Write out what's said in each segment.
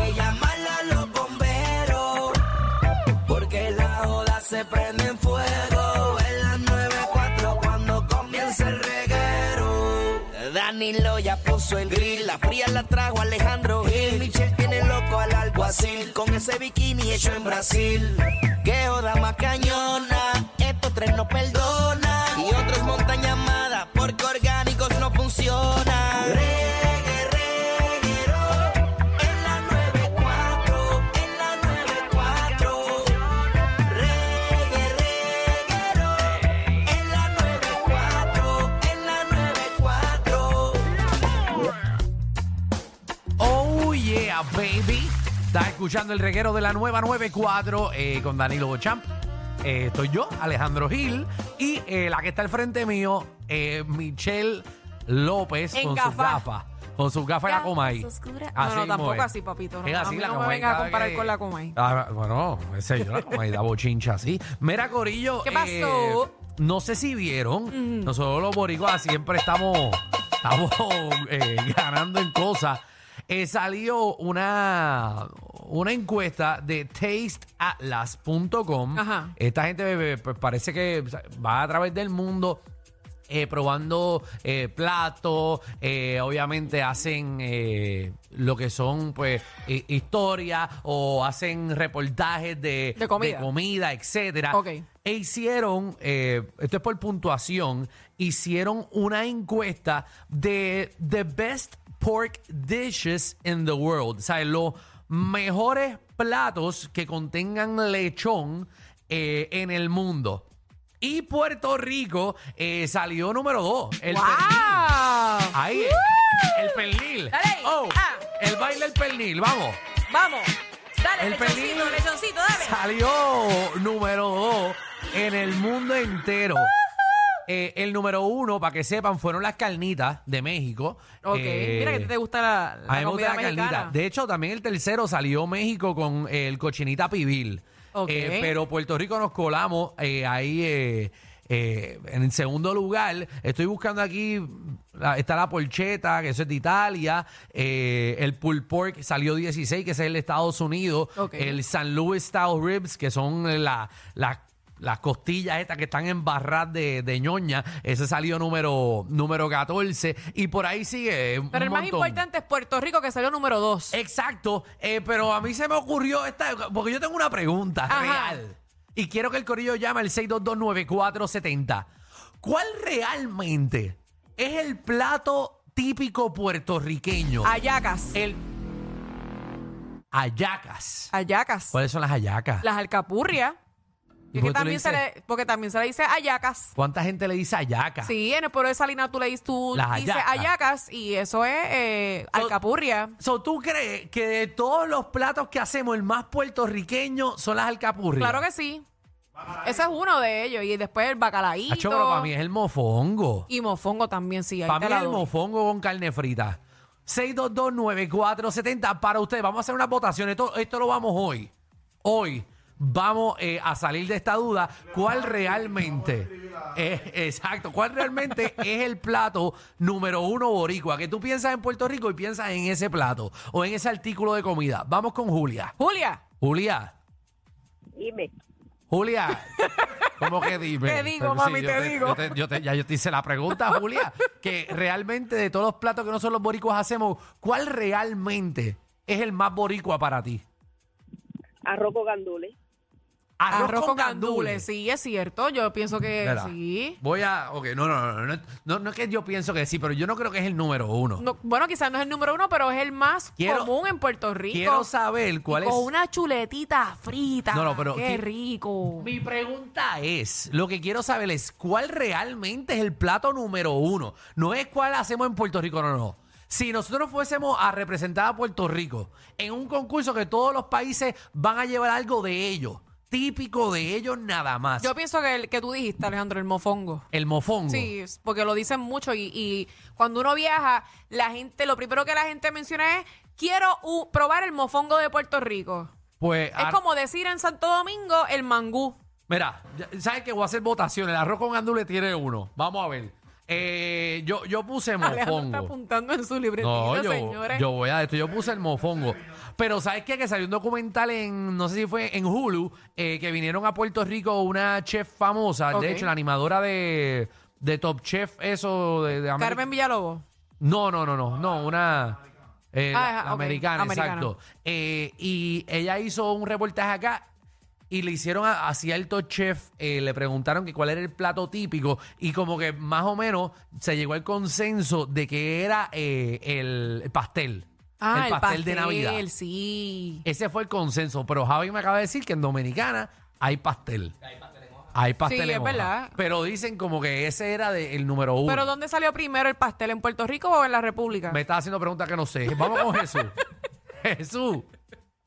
que llamarla a los bomberos, porque la joda se prende en fuego. En las 94 cuando comienza el reguero. Danilo ya puso el grill, la fría la trajo Alejandro Gil. Michel tiene loco al alguacil, con ese bikini hecho en Brasil. Que joda más cañona, estos tres no perdonan. Y otros montan llamada, porque orgánicos no funcionan. Reggae, reguero. En la 94, en la 94, reggae, reguero. En la 94, en la 94. Oh yeah, baby. Estás escuchando el reguero de la nueva 94 eh, con Danilo Bochamp. Eh, estoy yo, Alejandro Gil. Y eh, la que está al frente mío, eh, Michelle López, En con sus gafa. gafas. Con sus gafas y la Comay. Gafas oscuras. No, no, mismo tampoco es. así, papito, no. Es A así, mí la no me Comay, venga a cada comparar que- con la Comay. Ah, bueno, ese yo, la Comay da bochincha así. Mira, Corillo. eh, ¿Qué pasó? no sé si vieron, nosotros los boricuas siempre estamos, estamos eh, ganando en cosas. Eh, salió una, una encuesta de tasteatlas.com. Ajá. Esta gente eh, pues, parece que o sea, va a través del mundo eh, probando eh, platos, eh, obviamente hacen eh, lo que son pues eh, historias o hacen reportajes de, De comida. comida, etcétera. Ok. E hicieron, eh, esto es por puntuación, hicieron una encuesta de the best pork dishes in the world, o sea, los mejores platos que contengan lechón eh, en el mundo. Y Puerto Rico eh, salió número dos. El pernil. ¡Wow! Ahí. El pernil. Dale. Oh, Ah. El baile del pernil. Vamos. Vamos. Dale, El lechoncito, pelín. lechoncito, dale. Salió número dos en el mundo entero. Eh, el número uno, para que sepan, fueron las carnitas de México. Ok, Eh, mira que te gusta la, la a mí me gusta comida la carnita. mexicana. De hecho, también el tercero salió México con eh, el cochinita pibil. Ok. Eh, pero Puerto Rico nos colamos eh, ahí eh, eh, en el segundo lugar. Estoy buscando aquí, la- está la porcheta, que eso es de Italia. Eh, el pulled pork salió 16, que ese es el de Estados Unidos. Ok. El San Luis Style Ribs, que son eh, la- las las costillas estas que están embarradas de, de ñoña, ese salió número número 14 y por ahí sigue. eh, un Pero el más montón. importante es Puerto Rico, que salió número 2. Exacto, eh, pero a mí se me ocurrió esta, porque yo tengo una pregunta Ajá. real. Y quiero que el corillo llame al 6229470. ¿Cuál realmente es el plato típico puertorriqueño? Ayacas. el ayacas. Ayacas. ¿Cuáles son las ayacas? Las alcapurrias. pues, ¿Y por qué Es que tú le también se dices? le- porque también se le dice ayacas. ¿Cuánta gente le dice ayaca? Sí, en el pueblo de Salinas tú le dices, tú Las dices hallacas. ayacas y eso es eh, alcapurria. So, ¿Tú crees que de todos los platos que hacemos, el más puertorriqueño son las alcapurrias? Claro que sí. Ese es uno de ellos. Y después el bacalaíto. Acho, pero para mí es el mofongo. Y mofongo también, sí. ahí Para te mí la el doy. mofongo con carne frita. 6229470 para usted. Vamos a hacer una votación. Esto, esto lo vamos hoy. Hoy vamos eh, a salir de esta duda. ¿Cuál realmente? es- exacto. ¿Cuál realmente es el plato número uno boricua? Que tú piensas en Puerto Rico y piensas en ese plato o en ese artículo de comida. Vamos con Julia. Julia, Julia. Dime, Julia, ¿cómo que dime? Te digo, Pero mami, yo te digo. yo te- yo te- ya yo te hice la pregunta, Julia, que realmente de todos los platos que no son los boricuas hacemos, ¿cuál realmente es el más boricua para ti? arroz con gandules. arroz, con, gandules. Sí, es cierto. Yo pienso que ¿Verdad? sí. Voy a, ok, no, no, no, no, no, no es que yo pienso que sí, pero yo no creo que es el número uno. No, bueno, quizás no es el número uno, pero es el más Quiero- común en Puerto Rico. Quiero saber cuál Y es. Con una chuletita frita. No, no, pero Qué qui- rico. Mi pregunta es, lo que quiero saber es cuál realmente es el plato número uno. No es cuál hacemos en Puerto Rico, no, no. Si nosotros fuésemos a representar a Puerto Rico en un concurso que todos los países van a llevar algo de ellos, típico de ellos nada más. Yo pienso que el que tú dijiste, Alejandro, el mofongo. el mofongo. Sí, es porque lo dicen mucho y, y cuando uno viaja, la gente, lo primero que la gente menciona es quiero u- probar el mofongo de Puerto Rico. Pues, es ar- como decir en Santo Domingo el mangú. Mira, ya- ¿sabes que Voy a hacer votaciones. El arroz con andule tiene uno. Vamos a ver. Eh, yo, yo puse Alejandro está mofongo. apuntando en su libretita, No, yo, señores. yo voy a esto. Yo puse el mofongo. Pero ¿sabes qué? Que salió un documental en, no sé si fue en Hulu, eh, que vinieron a Puerto Rico una chef famosa. Ok. De hecho, la animadora de, de Top Chef, eso de, de Ameri- Carmen Villalobos. No, no, no, no. No, una eh, Ah, la- ok, la americana, americana. exacto. Eh, y ella hizo un reportaje acá y le hicieron a, a cierto chef, eh, le preguntaron que cuál era el plato típico y como que más o menos se llegó al consenso de que era eh, el pastel. Ah, el, pastel de Navidad. Sí. Ese fue el consenso, pero Javi me acaba de decir que en Dominicana hay pastel. Hay pastel en hoja. Sí, es verdad. Pero dicen como que ese era de- el número uno. Pero ¿dónde salió primero el pastel? ¿En Puerto Rico o en la República? Me está haciendo preguntas que no sé. Vamos con Jesús. Jesús,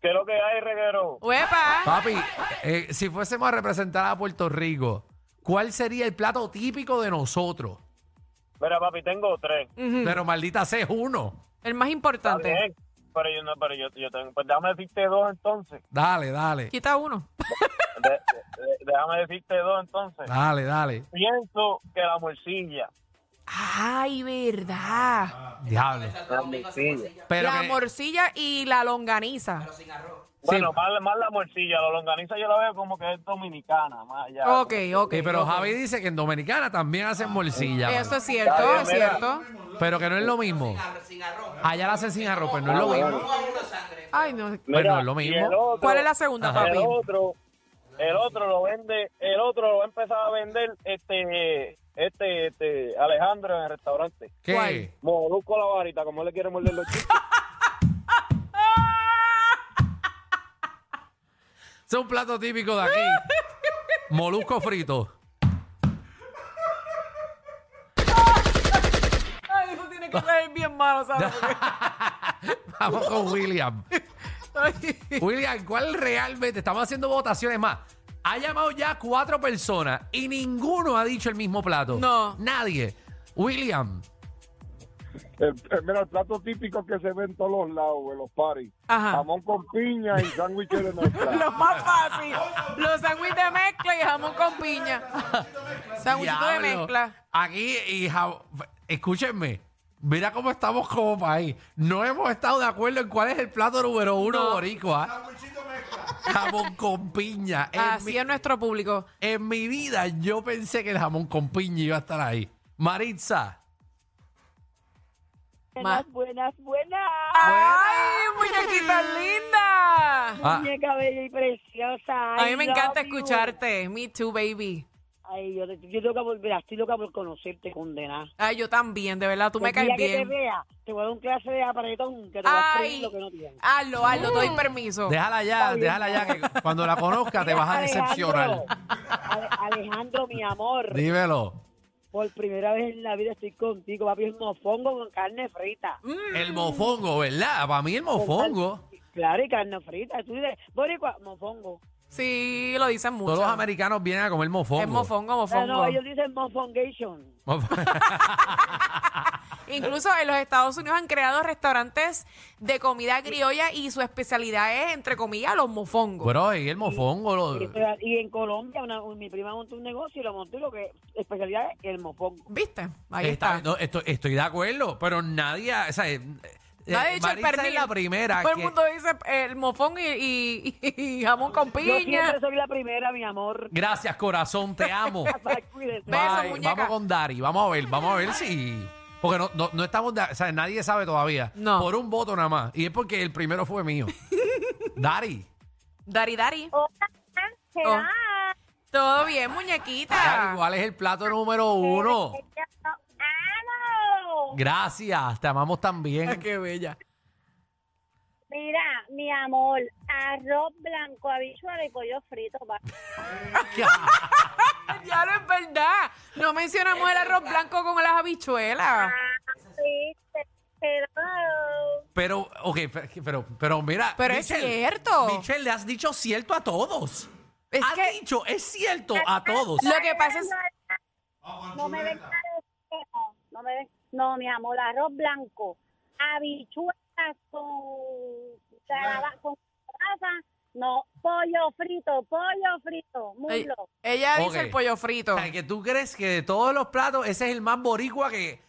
¿Qué es lo que hay, reguero? ¡Uepa! papi, eh, si fuésemos a representar a Puerto Rico, ¿cuál sería el plato típico de nosotros? Mira, papi, tengo tres. Hmm. Pero maldita sea, es uno. El más Está importante. bien, Pero yo no, pero yo, yo tengo. Pues déjame decirte dos entonces. Dale, dale. Quita uno. De- de- déjame decirte dos entonces. Ah. Dale, dale. Pienso que la morcilla. Ay, verdad. Diablo. La morcilla. Pero la que- morcilla y la longaniza. Bueno, Sí. más, más la morcilla. La longaniza yo la veo como que es dominicana. Más allá. Ok, ok. Sí, pero ok. Javi dice que en Dominicana también hacen morcilla. mano. Eso es cierto, Está bien, es mira. cierto. Pero que no es lo mismo. Allá la hacen sin arroz, pero no es lo mismo. Ay, no. Bueno, es lo mismo. y el otro- ¿Cuál es la segunda, Ajá. papi? El otro, el otro lo vende, el otro lo va a empezar a vender este, este, este Alejandro en el restaurante. ¿Qué? Molusco la varita, como él le quiere morder los chistes. Ese Es un plato típico de aquí. Molusco frito. Ay, eso tiene que ser bien malo, ¿sabes? Vamos con William. Ay. William, ¿cuál realmente? Estamos haciendo votaciones más. Ha llamado ya cuatro personas y ninguno ha dicho el mismo plato. No. Nadie. William, El, eh, mira, el plato típico que se ve en todos los lados, en los paris. Ajá. Jamón con piña y sándwiches de mezcla. Lo más fácil. Los sándwiches de mezcla y jamón con piña. Sándwichito de Diablo. mezcla. Aquí, y ja- escúchenme. Mira cómo estamos como país. No hemos estado de acuerdo en cuál es el plato número uno No. boricua. Jamón con piña. En, Así mi, es nuestro público. en mi vida yo pensé que el jamón con piña iba a estar ahí. Maritza. Ma- Buenas, buenas, buenas. ¡Ay, muñequita linda! Ah, Muñeca bella y preciosa. A I mí me love encanta you. escucharte. Me too, baby. Ay, yo, te- yo loca por, mira, estoy loca por conocerte, condena. Ay, yo también, de verdad, tú me caes Pues que te bien. vea, te voy a dar un clase de aparetón que te va a Ay, pedir lo que no Mm. tienes. hazlo, hazlo, te doy permiso. déjala ya, déjala ya, que cuando la conozca te vas a decepcionar. Alejandro, Ale- Alejandro, mi amor, Dímelo. por primera vez en la vida estoy contigo, papi, es mofongo con carne frita. Mm. El mofongo, ¿verdad? Para mí el Con mofongo. cal- Claro, y carne frita. Tú dices, boricua, mofongo. Sí, lo dicen mucho. Todos los americanos vienen a comer mofongo. Es mofongo, O sea, mofongo. no, ellos dicen mofongation. Incluso en los Estados Unidos han creado restaurantes de comida criolla y su especialidad es, entre comillas, los mofongos. Bro, y el mofongo. lo- Y, pero- y en Colombia, una- mi prima montó un negocio y lo montó y lo que especialidad es el mofongo. ¿Viste? Ahí Está- está. no, estoy, estoy de acuerdo, pero nadie. O sea, eh, Nadie ha eh, dicho el Maritza es pernil. la primera. Todo el que- mundo dice eh, el mofongo y, y- y jamón con Yo piña. siempre soy la primera, mi amor. Gracias, corazón, te amo. Cuídese. Besos, Bye. muñeca. Vamos con Dari, vamos a ver, vamos a ver si. Porque no, no, no estamos. de- o sea, nadie sabe todavía. No. Por un voto nada más. Y es porque el primero fue mío. Dari. Dari, Dari. ¿Qué Oh. hay? Todo bien, Dari, muñequita. ¿cuál es el plato número uno? Te amo. Gracias, te amamos también. Ay, Ah, qué bella. Mira, mi amor, arroz blanco, habichuela y pollo frito. va. Ya no es verdad. No mencionamos el arroz blanco con las habichuelas. Ah, sí, te, Hello. Pero, ok, pero, pero mira. Pero es cierto. Michelle, le has dicho cierto a todos. Es has que- dicho, es cierto a todos. Lo que pasa es. No me ves parecido, no me ves- No, mi amor, arroz blanco, habichuelas con calabaza, con calabaza, no, pollo frito, pollo frito, Ey, muslo. Ella Ok. dice el pollo frito. O sea, que tú crees que de todos los platos, ese es el más boricua que,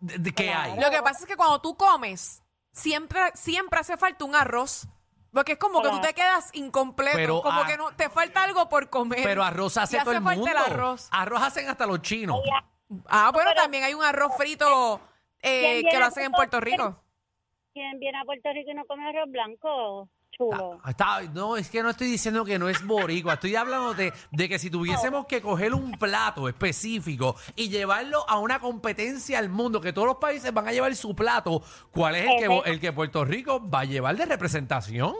de- de- que hay. Lo que pasa es que cuando tú comes, siempre, siempre hace falta un arroz. Porque es como que tú te quedas incompleto. Pero, como ah, que no, te falta algo por comer. Pero arroz hace Y todo el falta mundo. el arroz. Arroz hacen hasta los chinos. Ah, bueno, también hay un arroz frito eh, ¿Quién que lo viene hacen en con- Puerto Rico. ¿Quién viene a Puerto Rico y no come arroz blanco? Chulo. Ah, está- no, es que no estoy diciendo que no es boricua. Estoy hablándote de que si tuviésemos que coger un plato específico y llevarlo a una competencia al mundo, que todos los países van a llevar su plato, ¿cuál es el que, el que Puerto Rico va a llevar de representación?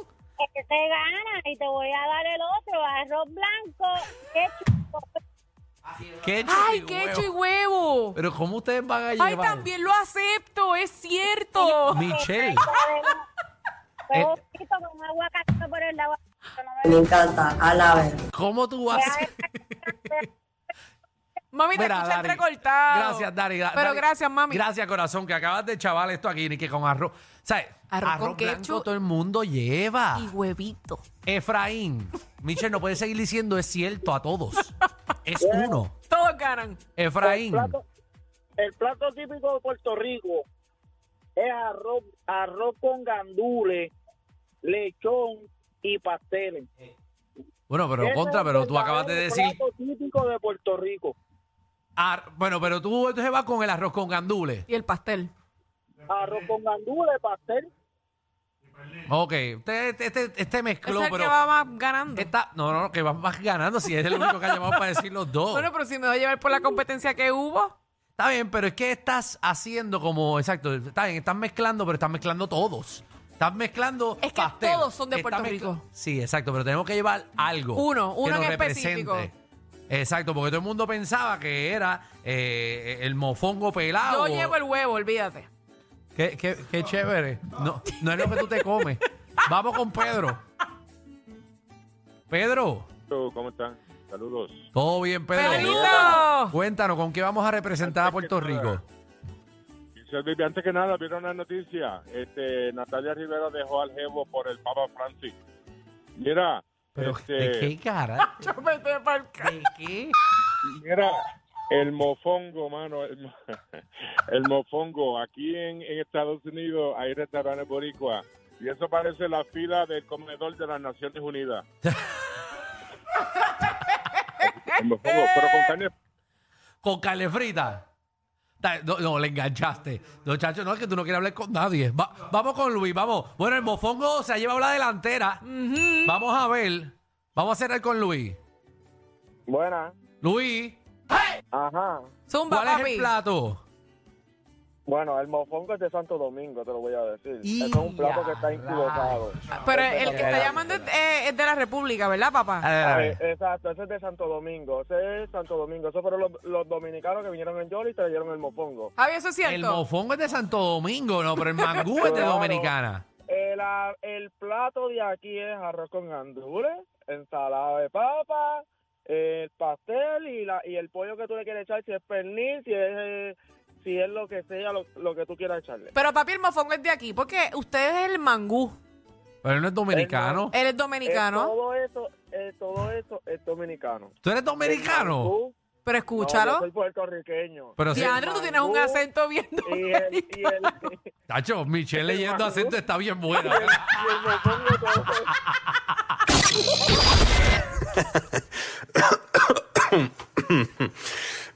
Que te gana y te voy a dar el otro, arroz blanco, ketchup, Ketchup ¡Ay, y quecho y huevo. huevo! Pero ¿cómo ustedes van a llevar? ¡Ay, también lo acepto! ¡Es cierto! Michelle. huevo frito con aguacate por el lado. No me ¿Cómo tú vas a Mami, te Mira, escucha Dari. entrecortado. Gracias, Dari. Gra- Pero Dari, gracias, mami. Gracias, corazón, que acabas de chaval esto aquí, ni que con arroz. ¿Sabes? Arroz blanco con ketchup. todo el mundo lleva. Y huevito. Efraín. Michelle, no puedes seguir diciendo es cierto a todos. Es uno. Todos ganan. Efraín. El plato, el plato típico de Puerto Rico es arroz, arroz con gandules, lechón y pasteles. Bueno, pero Ese contra, es pero el tú acabas de verdadero decir. plato típico de Puerto Rico. ar- bueno, pero tú entonces vas con el arroz con gandules. Y el pastel. Arroz con gandules, pastel. Ok, este, este, este- este Ese mezcló, es el que pero. va más ganando. esta- no, no, no, que vas más ganando si es el único que ha llamado para decir los dos. Bueno, pero si me voy a llevar por Uh. la competencia que hubo. Está bien, pero es que estás haciendo como, exacto, está bien, estás mezclando, pero estás mezclando todos. Estás mezclando. Es que pastel. todos son de Estás Puerto mezcla- Rico. Sí, exacto, pero tenemos que llevar algo. Uno, que uno nos en específico. represente. Exacto, porque todo el mundo pensaba que era eh, el mofongo pelado. Yo llevo el huevo, olvídate. Qué, qué- qué chévere. No, no es lo que tú te comes. Vamos con Pedro. Pedro, ¿Cómo están? Saludos. todo bien, Pedro. ¡Pedrito! Cuéntanos, ¿con qué vamos a representar a Puerto Rico? Antes que nada, vieron la noticia. Este, Natalia Rivera dejó al jevo por el Papa Francis. Mira, Pero, este, ¿de qué cara? Yo me estoy pa'l ca- ¿De qué? Mira, el mofongo, mano. El, mo- el mofongo. Aquí en, en Estados Unidos hay restaurantes boricua. Y eso parece la fila del comedor de las Naciones Unidas. El mofongo, pero con carne. con carne frita. Ta- No, no, le enganchaste. No, chacho, no, es que tú no quieres hablar con nadie. Va- vamos con Luis, vamos. Bueno, el mofongo se ha llevado la delantera. Vamos a ver. Vamos a cerrar con Luis. Buena. Luis, Ajá. Zumba, ¿cuál es el papi. plato? Bueno, el mofongo es de Santo Domingo, te lo voy a decir. Y Ese es un plato que está a incubado. Pero el que está llamando es, eh, es de la República, ¿verdad, Ah, papá? Eh, Exacto, ese es de Santo Domingo. Ese es Santo Domingo. Esos fueron los, los dominicanos que vinieron en Yoli y trajeron el mofongo. Javi, eso es El cierto. mofongo es de Santo Domingo, no, pero el mangú es de Claro. Dominicana. El, a- el plato de aquí es arroz con gandules, ensalada de papa, el pastel y, la, y el pollo que tú le quieres echar, si es pernil, si es, eh, si es lo que sea, lo, lo que tú quieras echarle. Pero papi, el mofongo es de aquí, porque usted es el mangú. Pero él no es dominicano. Él es Eh, dominicano. todo eso, eh, todo eso es dominicano. ¿Tú eres dominicano? Tú, Pero no, escúchalo. yo soy puertorriqueño. Pero sí, Diandro, tú tienes un mangú acento bien Y el, dominicano. y el, y Tacho, Michelle leyendo mangú. acento está bien buena. el- y el mofongo, todo eso.